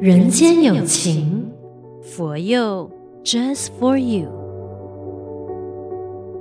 人间有情，佛佑 Just for you。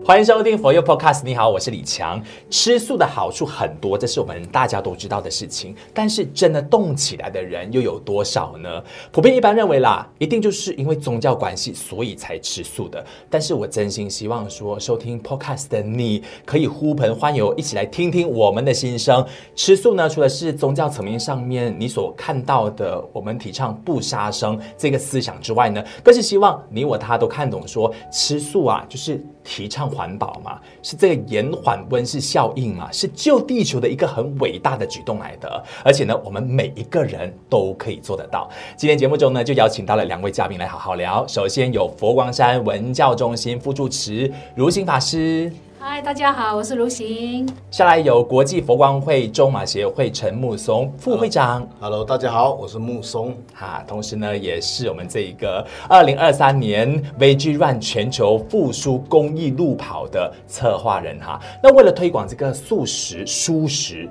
欢迎收听佛佑 Podcast。你好，我是李强。吃素的好处很多，这是我们大家都知道的事情。但是真的动起来的人又有多少呢？普遍一般认为啦，一定就是因为宗教关系，所以才吃素的。但是我真心希望说，收听 Podcast 的你可以呼朋唤友，一起来听听我们的心声。吃素呢，除了是宗教层面上面你所看到的，我们提倡不杀生这个思想之外呢，更是希望你我他都看懂说，吃素啊，就是提倡环保嘛，是这个延缓温室效应嘛，是救地球的一个很伟大的举动来的。而且呢，我们每一个人都可以做得到。今天节目中呢，就邀请到了两位嘉宾来好好聊。首先有佛光山文教中心副住持如心法师，嗨，大家好，我是卢行。下来有国际佛光会中马协会陈木松副会长。 Hello，大家好，我是木松。哈，同时呢，也是我们这一个二零二三年 VG Run 全球复苏公益路跑的策划人哈。那为了推广这个素食、蔬食，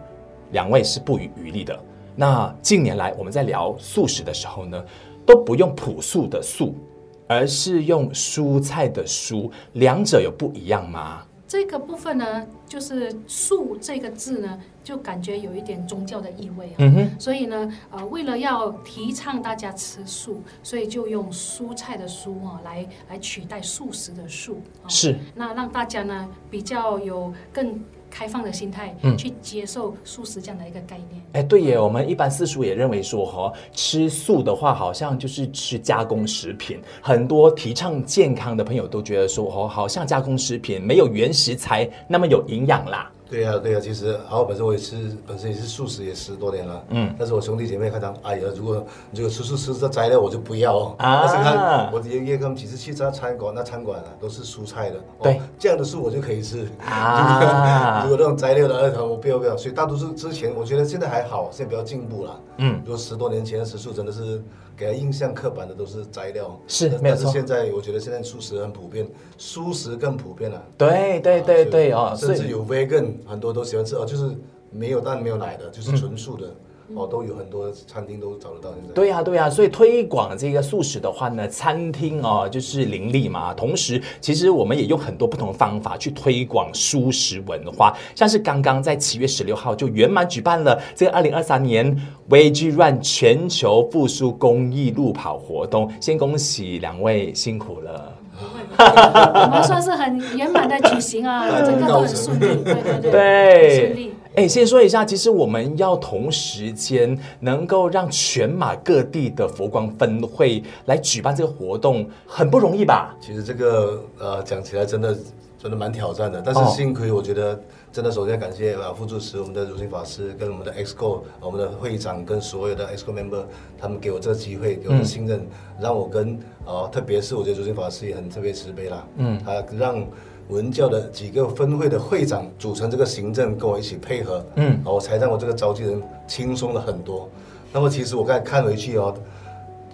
两位是不遗余力的。那近年来我们在聊素食的时候呢，都不用朴素的素，而是用蔬菜的蔬，两者有不一样吗？这个部分呢，就是“素”这个字呢，就感觉有一点宗教的意味啊。嗯哼，所以呢，呃，为了要提倡大家吃素，所以就用蔬菜的“蔬”啊，来来取代素食的“素”啊。是。那让大家呢比较有更开放的心态，嗯去接受素食这样的一个概念。哎，对耶，我们一般四叔也认为说，哈，吃素的话，好像就是吃加工食品。很多提倡健康的朋友都觉得说，哦，好像加工食品没有原食材那么有营养 啦。对呀、对呀、其实好，本身我也吃，本身也是素食，也十多年了。嗯，但是我兄弟姐妹看到，哎呀，如果如果吃素吃这摘料，我就不要哦。啊但是看我爷爷跟几次去这餐馆，那餐馆啊都是蔬菜的，哦对，这样的素我就可以吃。啊 如果那种摘料的，哎我不要不要。所以大多数之前，我觉得现在还好，现在比较进步了。嗯，如果十多年前的食素真的是给人印象刻板的都是摘料，是但没有但是错现在我觉得现在素食很普遍，素食更普遍了、对对对对哦，所啊甚至以有 vegan，很多都喜欢吃哦，就是没有蛋没有奶的，就是纯素的、嗯哦，都有很多餐厅都找得到现在。对呀、对呀、所以推广这个素食的话呢，餐厅哦就是林立嘛。同时，其实我们也用很多不同的方法去推广素食文化，像是刚刚在七月十六号就圆满举办了这个二零二三年 VG Run 全球复苏公益路跑活动。先恭喜两位辛苦了。我们算是很圆满的举行 啊，整个都很顺利，对对对，很顺对利。，哎，先说一下，其实我们要同时间能够让全马各地的佛光分会来举办这个活动，很不容易吧？其实这个呃讲起来真的真的蛮挑战的，但是哦幸亏我觉得真的首先感谢呃副主持我们的如心法师跟我们的 EXCO 呃我们的会长跟所有的 EXCO member 他们给我这个机会，给我的信任，让我跟呃特别是我觉得如心法师也很特别慈悲啦，嗯，他让。文教的几个分会的会长组成这个行政，跟我一起配合，嗯，啊，我才让我这个召集人轻松了很多。那么其实我刚才看回去哦，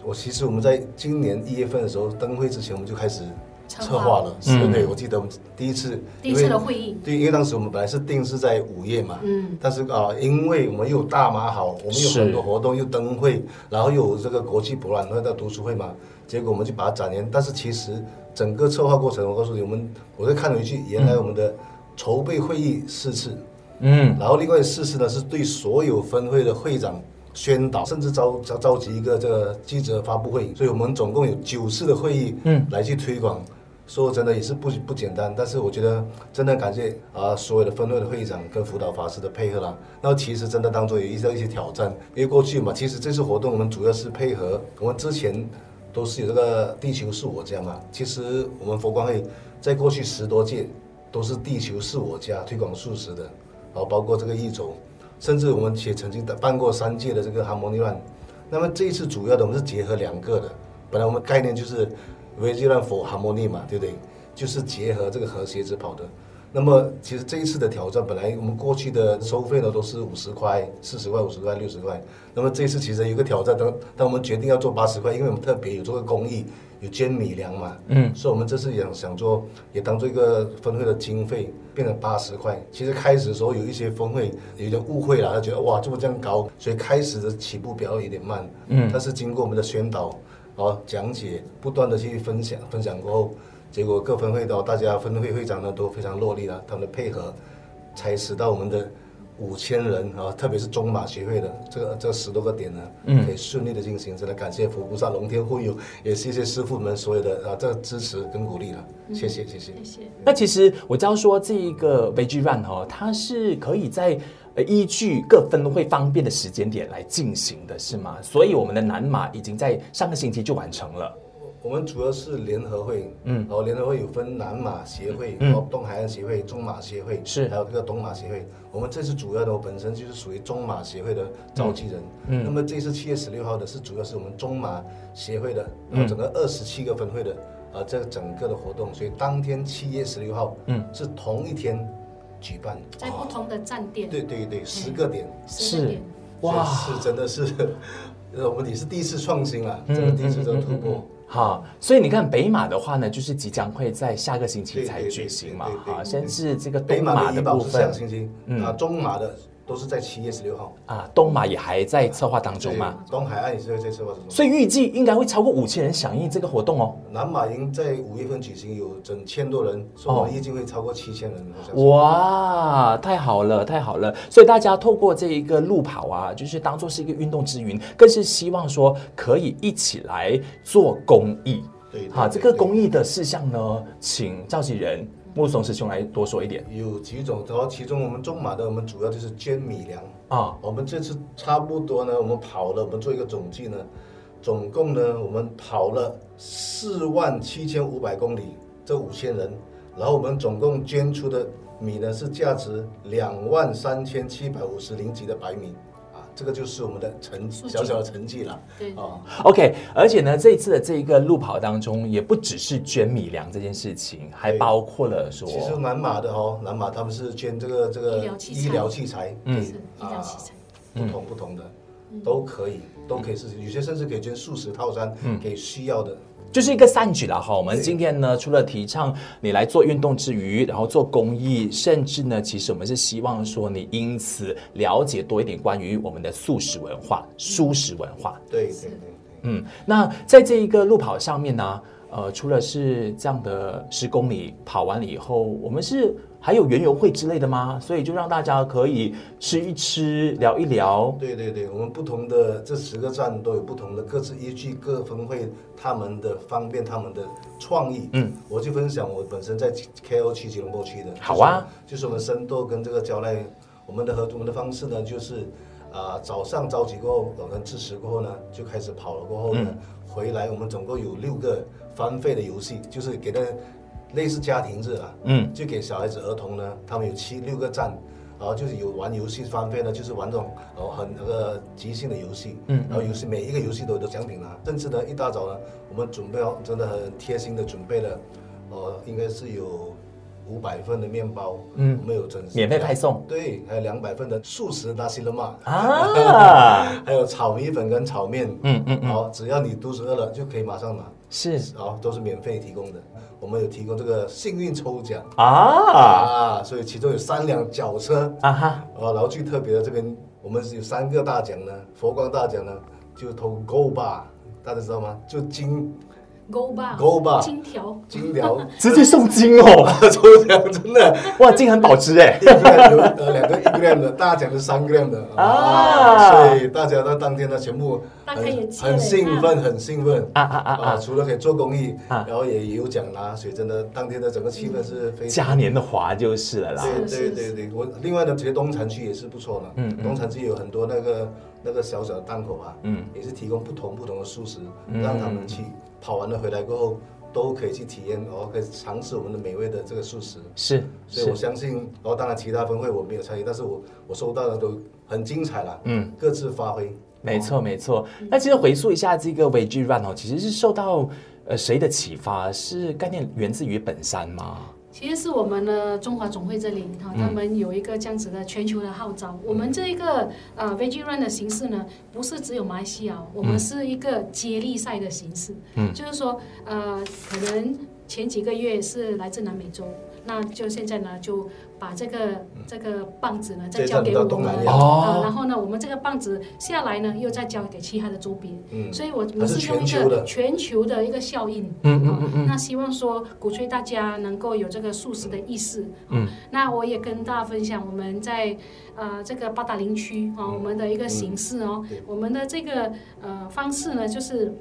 我其实我们在今年一月份的时候，灯会之前我们就开始策划了，策划是嗯对，我记得我们第一次，第一次的因为会议，对，因为当时我们本来是定是在午夜嘛，嗯，但是啊、因为我们又有大马好，我们有是很多活动，又灯会，然后又有这个国际博览会的读书会嘛，结果我们就把它展延。但是其实整个策划过程，我告诉你，我们我再看回去，原来我们的筹备会议四次，嗯，然后另外四次呢是对所有分会的会长宣导，甚至召召召集一个这个记者发布会，所以我们总共有九次的会议，嗯，来去推广。说真的也是不不简单，但是我觉得真的感谢啊、所有的分会的会长跟辅导法师的配合啦。那其实真的当中也遇到一些挑战，因为过去嘛，其实这次活动我们主要是配合我们之前都是有这个地球是我家嘛。其实我们佛光会在过去十多届都是地球是我家推广素食的，然后包括这个一种，甚至我们也曾经办过三届的这个哈摩尼乱。那么这一次主要的我们是结合两个的，本来我们概念就是 v e g i a n for harmony 嘛，对不对？就是结合这个和谐之跑的。那么其实这一次的挑战，本来我们过去的收费呢都是五十块、四十块、五十块、六十块。那么这一次其实有一个挑战，当当我们决定要做八十块，因为我们特别有做个公益，有捐米粮嘛，嗯所以我们这次也想做，也当做一个分会的经费，变成八十块。其实开始的时候有一些分会有点误会了，他觉得哇，这么这样高，所以开始的起步比较有点慢。嗯但是经过我们的宣导、啊讲解，不断的去分享分享过后，结果各分会的大家分会会长呢都非常落力了，他们的配合，才使到我们的。五千人啊，特别是中马协会的这个这十多个点呢，可以顺利的进行，真的感谢佛菩萨、龙天护佑，也谢谢师傅们所有的啊这个支持跟鼓励了，谢谢谢谢。谢谢。那其实我知道说这一个 Veg Run 哦，它是可以在呃依据各分会方便的时间点来进行的，是吗？所以我们的南马已经在上个星期就完成了。我们主要是联合会，嗯然后联合会有分南马协会，嗯然后东海岸协会、中马协会，是还有这个东马协会。我们这次主要的，我本身就是属于中马协会的召集人，嗯那么这次七月十六号的是主要是我们中马协会的，然后整个二十七个分会的，呃，这个整个的活动，所以当天七月十六号，嗯是同一天举办，啊在不同嗯的站点，哦对对对，十个点，十个点，哇哇，是真的是， 呃，我们也是第一次创新了，嗯真的第一次的突嗯嗯嗯破。好，所以你看北马的话呢，就是即将会在下个星期对才对举对行对嘛对，对哈，对先是这个北东马马的的医保部是下个分星期，嗯啊，中马的都是在七月十六号，啊，东马也还在策划当中嘛，对东海岸也是在这策划之中。所以预计应该会超过五千人响应这个活动哦。南马营在五月份举行，有整千多人，所哦以我们预计会超过七千人。好像是，哇，太好了，太好了！所以大家透过这一个路跑啊，就是当做是一个运动之云，更是希望说可以一起来做公益。对，好，对这个对公益的事项呢，请召集人木松师兄来多说一点有几种，然后其中我们中马的，我们主要就是捐米粮。啊。我们这次差不多呢，我们跑了，我们做一个总计呢，总共呢，我们跑了四万七千五百公里，这五千人，然后我们总共捐出的米呢是价值两万三千七百五十零几的白米，啊，这个就是我们的成数据小小的成绩了，对，啊， OK，而且呢，这一次的这一个路跑当中，也不只是捐米粮这件事情，还对包括了说，其实南马的哦，南马他们是捐这个这个医疗器材医疗器材，啊嗯是医疗器材，嗯不同不同的。都可以，都可以是，有些甚至可以捐素食套餐嗯给需要的。就是一个善举啦哈。我们对今天呢，除了提倡你来做运动之余，然后做公益，甚至呢，其实我们是希望说你因此了解多一点关于我们的素食文化、素食文化。对是对对对。嗯，那在这一个路跑上面呢，呃，除了是这样的十公里跑完了以后，我们是还有园游会之类的吗？所以就让大家可以吃一吃、聊一聊。对对对，我们不同的这十个站都有不同的，各自依据各分会他们的方便、他们的创意。嗯，我就分享我本身在 KO 区吉隆坡区的。好啊就是，就是我们深度跟这个交代，我们的合我们的方式呢，就是啊、早上召集过后，我们致辞过后呢，就开始跑了过后嗯呢，回来我们总共有六个翻费的游戏，就是给的类似家庭日啊，嗯就给小孩子、儿童呢，他们有七六个站，然后就是有玩游戏方面呢，就是玩这种呃很那个即兴的游戏，嗯然后游戏每一个游戏都有的奖品拿，甚至呢一大早呢，我们准备好真的很贴心的准备了，呃，应该是有五百份的面包，嗯我们有整免费派送对，还有两百份的素食纳西勒玛， 啊，还有炒米粉跟炒面，嗯嗯嗯，好，只要你肚子饿了就可以马上拿，是好，都是免费提供的，我们有提供这个幸运抽奖。啊啊，所以其中有三辆轿车啊哈，啊，然后最特别的这边我们是有三个大奖呢，佛光大奖呢就投 Go 吧，大家知道吗？就金勾吧，勾吧金条，金条直接送金哦，抽奖，真的 哇，金很保值哎 一。gram 有呃两个一 gram 的，大奖是三 gram 的啊所以大家在当天呢全部大开眼很界很兴奋，很兴奋。啊啊啊啊！啊！除了可以做公益，啊然后也有奖拿，所以真的当天的整个气氛是非常嘉年的华就是了啦。是对对是对是对，我另外呢，其实东城区也是不错的，嗯嗯东城区有很多那个那个小小的档口啊，嗯也是提供不同不同的素食，嗯让他们去跑完了回来过后都可以去体验，然后可以尝试我们的美味的这个素食。是所以我是，相信，然后当然其他分会我没有参与，但是我我收到的都很精彩啦，嗯，各自发挥。没错没错。那其实回溯一下这个 v e Run 哦，其实是受到呃谁的启发？是概念源自于本山吗？其实是我们的中华总会这嗯里哈，他们有一个这样子的全球的号召。我们这一个呃 Veggie Run 的形式呢，不是只有马来西亚，哦我们是一个接力赛的形式。嗯就是说呃，可能前几个月是来自南美洲，那就现在呢就把这个这个棒子呢再再交转给到我东们南亚啊，嗯哦，然后呢，我们这个棒子下来呢，又再交给其他的周边，嗯，所以我它们是是用全一球个的全球的一个效应。嗯嗯嗯嗯那希望说鼓吹大家能够有这个素食的意识。嗯，那我也跟大家分享我们在呃这个八达岭区啊、我们的一个形式哦，嗯对我们的这个呃方式呢，就是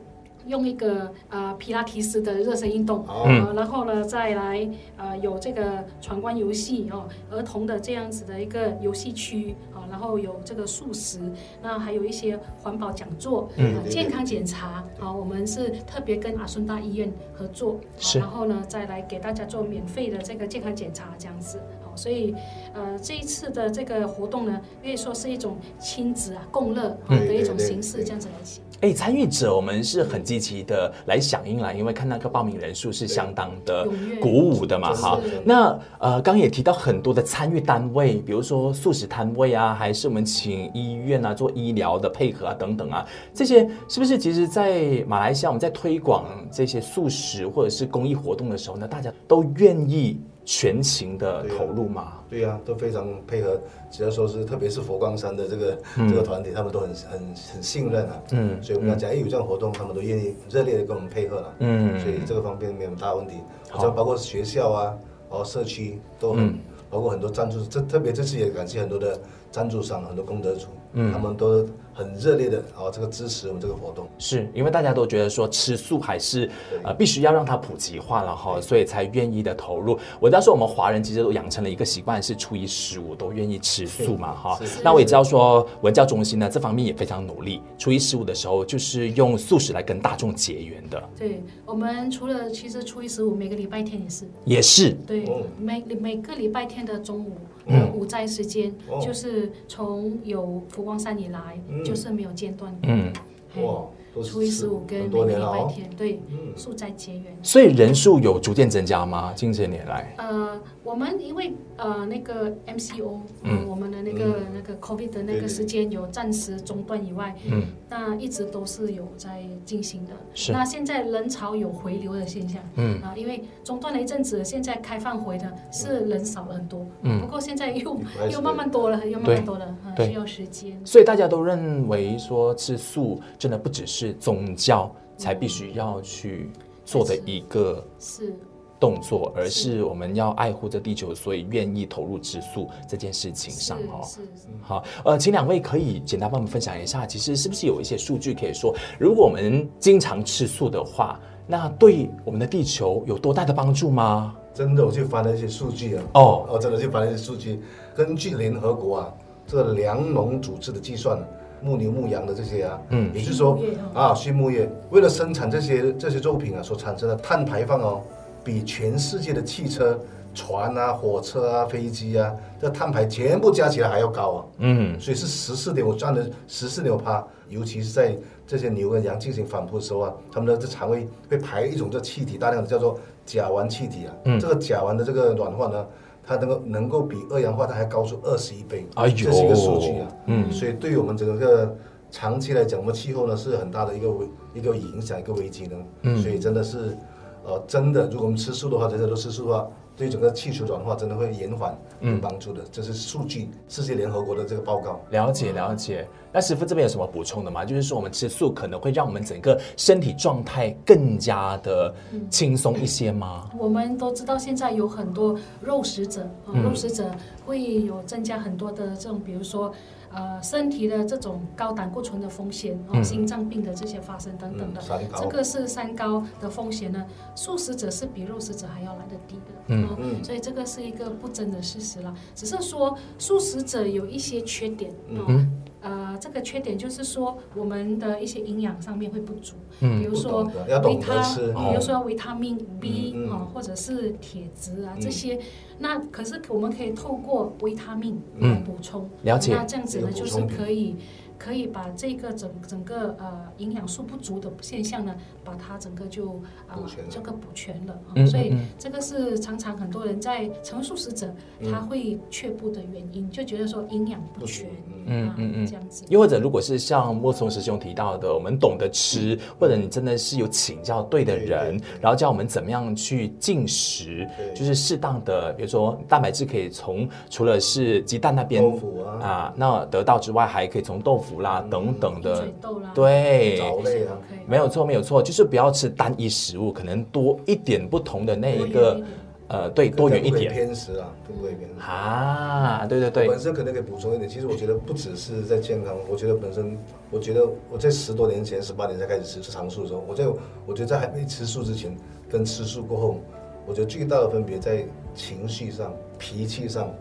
用一个呃皮拉提斯的热身运动。好，嗯呃，然后呢，再来呃有这个闯关游戏哦，儿童的这样子的一个游戏区啊、然后有这个素食，那还有一些环保讲座，嗯呃对对健康检查啊、我们是特别跟阿顺大医院合作，啊是然后呢再来给大家做免费的这个健康检查这样子。好，所以，呃，这一次的这个活动呢，可以说是一种亲子啊共乐啊嗯的一种对对对形式，对这样子来行。哎，参与者我们是很积极的来响应啦，因为看那个报名人数是相当的踊跃鼓舞的嘛，真的哈是的。那呃，刚也提到很多的参与单位，比如说素食摊位啊，还是我们请医院啊做医疗的配合啊等等啊，这些是不是其实，在马来西亚我们在推广这些素食或者是公益活动的时候呢，大家都愿意全情的投入嘛？对呀、都非常配合，只要说是特别是佛光山的这个、这个团体，他们都很很很信任啊，嗯所以我们要讲，哎，有这样活动，他们都愿意热烈的跟我们配合了，嗯所以这个方面没有大问题。好好像包括学校啊，然后社区都很，嗯包括很多赞助，这特别这次也感谢很多的赞助商，很多功德主，嗯他们都很热烈的啊、这个支持我们这个活动。是因为大家都觉得说吃素还是呃必须要让它普及化了哈，所以才愿意的投入。我知道说我们华人其实都养成了一个习惯，是初一十五都愿意吃素嘛哈是。那我也知道说文教中心呢这方面也非常努力，初一十五的时候就是用素食来跟大众结缘的，对我们除了其实初一十五每个礼拜天也是，也是对，哦每每个礼拜天的中午，嗯呃午斋时间，哦就是从有佛光山以来，嗯就是没有间断过。嗯，嘿哇，都是初一十五跟很每多个年礼了拜哦，天，对，嗯素斋结缘。所以人数有逐渐增加吗？近些年来，呃，我们因为呃那个 MCO，、嗯嗯，我们的那个、嗯那个 COVID 的对那对个时间有暂时中断以外，嗯，那一直都是有在进行的。是那现在人潮有回流的现象，嗯啊、因为中断了一阵子，现在开放回的是人少了很多，嗯不过现在又还是又慢慢多了，又慢对慢多了，嗯对需要时间。所以大家都认为说吃素真的不只是宗教才必须要去做的一个。是，动作，而是是我们要爱护这地球，所以愿意投入吃素这件事情上是哦。是是好，呃，请两位可以简单帮我们分享一下，其实是不是有一些数据可以说，如果我们经常吃素的话，那对我们的地球有多大的帮助吗？真的我去翻了一些数据啊，哦，哦，真的去翻了一些数据，根据联合国啊这个粮农组织的计算，牧牛、牧羊的这些啊，嗯也就是说畜牧业哦啊，畜牧业为了生产这些这些肉品啊，所产生的碳排放哦，比全世界的汽车、船啊、火车啊、飞机啊，这碳排全部加起来还要高啊。嗯所以是十四点，我占了十四点趴，尤其是在这些牛跟羊进行反扑的时候啊，它们的这肠胃会排一种这气体，大量的叫做甲烷气体啊。嗯这个甲烷的这个软化呢，它能够能够比二氧化碳还高出二十一倍，哎呦这是一个数据啊。嗯所以对于我们整个长期来讲，我们气候呢是很大的一个危一个影响一个危机呢。嗯所以真的是，呃，真的，如果我们吃素的话，真的都吃素的话。对整个气球转化真的会延缓嗯有帮助的，这是数据，世界联合国的这个报告。了解了解。那师傅这边有什么补充的吗？就是说我们吃素可能会让我们整个身体状态更加的嗯轻松一些吗？我们都知道现在有很多肉食者，啊、肉食者会有增加很多的这种，比如说，呃，身体的这种高胆固醇的风险，啊、嗯心脏病的这些发生等等的，嗯三高这个是三高的风险呢。素食者是比肉食者还要来得低的，嗯啊嗯所以这个是一个不争的事实了。只是说素食者有一些缺点，啊嗯呃，这个缺点就是说我们的一些营养上面会不足，嗯比如说不懂得要懂维他得吃哦比如说维他命 B 嗯嗯啊，或者是铁质啊嗯这些，那可是我们可以透过维他命嗯来补充，了解那这样子有呢补就充是品可以可以把这个整整个呃营养素不足的现象呢，把它整个就啊、补全了这个补全了、啊嗯嗯所以嗯这个是常常很多人在陈述食者他会却步的原因，就觉得说营养不全，嗯啊、嗯嗯这样子。又或者，如果是像莫从师兄提到的，我们懂得吃，或者你真的是有请教对的人对对，然后教我们怎么样去进食，对就是适当的，比如说蛋白质可以从除了是鸡蛋那边豆腐啊嗯那得到之外，还可以从豆腐啦、等等鹰的嘴，豆啦，对，藻类啊，可以没有错，没有错，就是不要吃单一食物，可能多一点不同的那一多元一个点，呃，对，多元一不会点偏食啊，不会偏食。啊，对对对本，身可能可以补充一点，其实我觉得不只是在健康，我觉得本身，我觉得我在十多年前、十八年才开始吃吃长素的时候，我在我觉得在还没吃素之前跟吃素过后，我觉得最大的分别在情绪上、脾气上，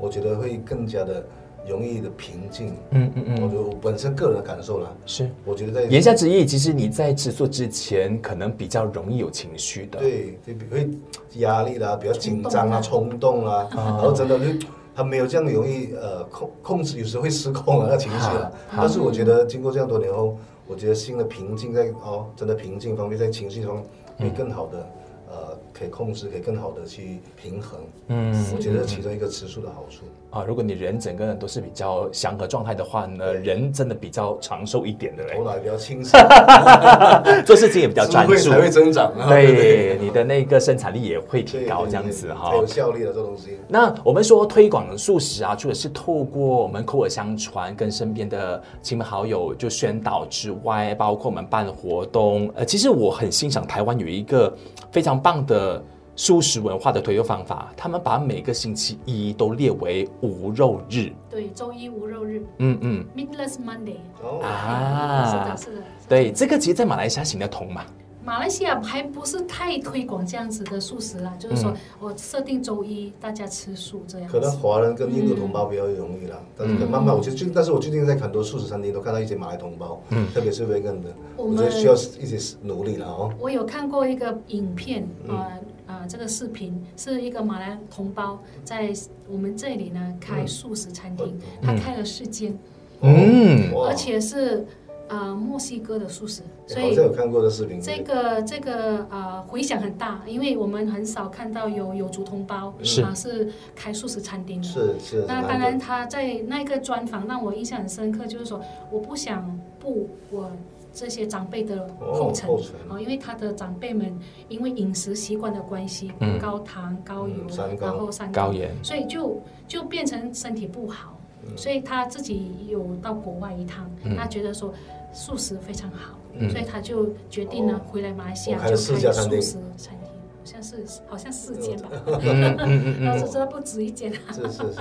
我觉得会更加的容易的平静。嗯嗯我嗯，觉得我本身个人的感受啦，是。我觉得在言下之意，其实你在吃素之前，可能比较容易有情绪的。对，就比会压力啦，比较紧张啊，冲冲 动啦，然后真的就他没有这样容易呃控控制，有时会失控啊那情绪啊。好但是我觉得经过这样多年后，我觉得心的平静在哦，真的平静方面，在情绪方面会更好的。呃，可以控制，可以更好的去平衡。嗯我觉得其中一个吃素的好处。啊，如果你人整个人都是比较祥和状态的话呢，人真的比较长寿一点的嘞头，脑也比较清醒， 做事 情也比较 专智注慧，哦才会增长啊。 对不你的那个生产力也会对提高，对这样对子对哈。才有效率的啊这东西。那我们说推广素食啊，除了是透过我们口耳相传，跟身边的亲朋好友就宣导之外，包括我们办活动，呃，其实我很欣赏台湾有一个非常棒的素食文化的推动呃方法，他们把每个星期一都列为无肉日。对，周一无肉日嗯嗯， （Meatless Monday）。哦，啊是的，是的。对，这个其实，在马来西亚行得通嘛。马来西亚还不是太推广这样子的素食啦，就是嗯说我设定周一大家吃素这样可能子。华人跟印度同胞比较容易啦，但是可能慢慢，我觉得最，但是我最近在很多素食餐厅都看到一些马来同胞，特别是 vegan 的，我我们觉得需要一些努力了哦。我有看过一个影片，呃呃，这个视频是一个马来同胞在我们这里呢开素食餐厅，他开了四间，嗯哇而且是呃墨西哥的素食，所好以像有看过的视频，这个这个呃回响很大，因为我们很少看到有有族同胞是啊是开素食餐厅的。是是，那当是难然，得他在那个专访让我印象很深刻，就是说我不想步我这些长辈的后尘哦后尘哦，因为他的长辈们因为饮食习惯的关系，嗯高糖、高油嗯三，高然后三高盐所以就就变成身体不好。嗯所以他自己有到国外一趟，他觉得说素食非常好，嗯所以他就决定呢、哦回来马来西亚就我开开了素四食家餐餐厅厅，好像是好像四间吧，嗯嗯 嗯但是这不止一间。是是是，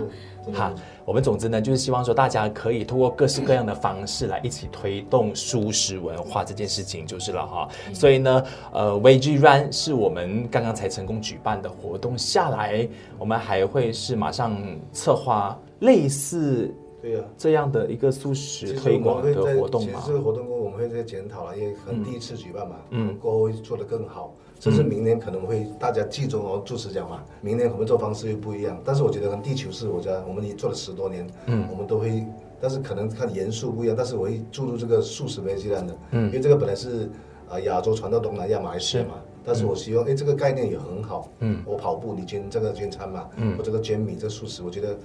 真的好，我们总之呢，就是希望说大家可以通过各式各样的方式来一起推动舒适文化这件事情，就是了哈。所以呢，呃，VG Run 是我们刚刚才成功举办的活动下来，我们还会是马上策划类似对呀。这样的一个素食推广的活动其实吗这？个活动过后我们会再检讨了，因为可能第一次举办嘛，嗯过后会做得更好，甚至明年可能会大家记住哦，住持讲嘛，明年我们做方式又不一样。但是我觉得可能地球是我家，我们也做了十多年，嗯，我们都会，但是可能看元素不一样，但是我会注入这个素食维鸡蛋的，嗯，因为这个本来是啊亚洲传到东南亚马来西亚嘛。嗯但是我希望，哎，这个概念也很好。嗯，我跑步，你捐这个捐餐嘛，嗯，我这个捐米，这个素食，我觉得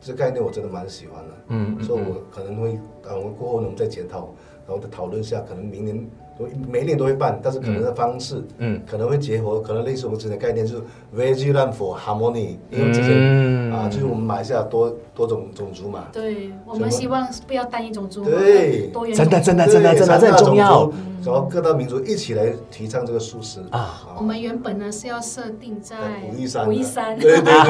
这概念我真的蛮喜欢的，嗯，所以我可能会，呃，我们过后呢，我们再检讨，然后再讨论一下，可能明年我每年都会办，但是可能的方式，嗯，可能会结合，可能类似我们之前的概念，就是 veg land for harmony，因为之嗯前啊，就是我们马来西亚多多种种族嘛，对，我们希望不要单一种族，对多元真的，真的，对真的，真的，这很重要。，三大种族然后各大民族一起来提倡这个素食啊我们原本呢是要设定在在武夷山的，武夷山对 对对，我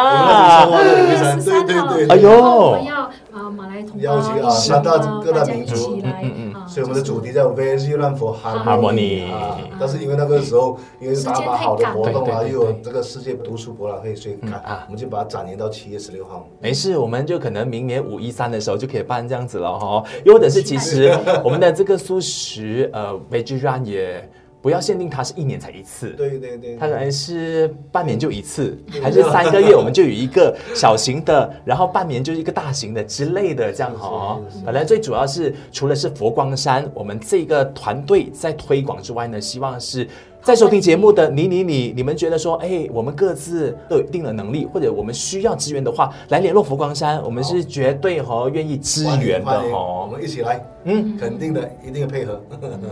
们那时候在武夷山，对对对， 13对号哎呦然后我们要啊马来同胞、邀请啊印度同胞三大各大家民一族起来嗯嗯啊所以我们的主就题是叫 Veggie Run for Harmony Harmony 啊，但是因为那个时候，因为是打把好的活动啊，对对对对又有这个世界读书博览会，所以赶啊我们就把它展延到七月十六号。没事，我们就可能明年五一三的时候就可以办这样 子了哈、又或者是其实我们的这个素食呃 v e g e r a n 也。不要限定它是一年才一次。对对对，它可能是半年就一次，还是三个月我们就有一个小型的，然后半年就是一个大型的之类的，这样哈、哦是是。本来最主要是除了是佛光山，我们这个团队在推广之外呢，希望是。在收听节目的你、你、你，你们觉得说，哎，我们各自都有一定的能力，或者我们需要支援的话，来联络佛光山，我们是绝对哦愿意支援的欢迎我哦。嗯们一起来，嗯，肯定的，一定要配合。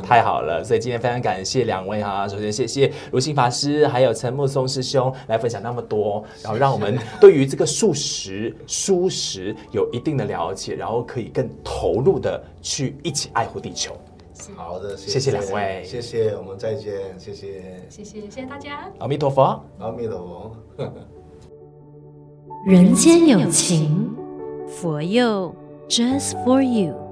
太好了，所以今天非常感谢两位哈、首先谢谢如新法师，还有陈木松师兄来分享那么多，然后让我们对于这个素食、蔬食有一定的了解，然后可以更投入的去一起爱护地球。 好的，谢谢两位谢谢，我们再见，谢谢，谢谢谢谢大家。阿弥陀佛。阿弥陀佛。人间有情，佛佑 Just for you。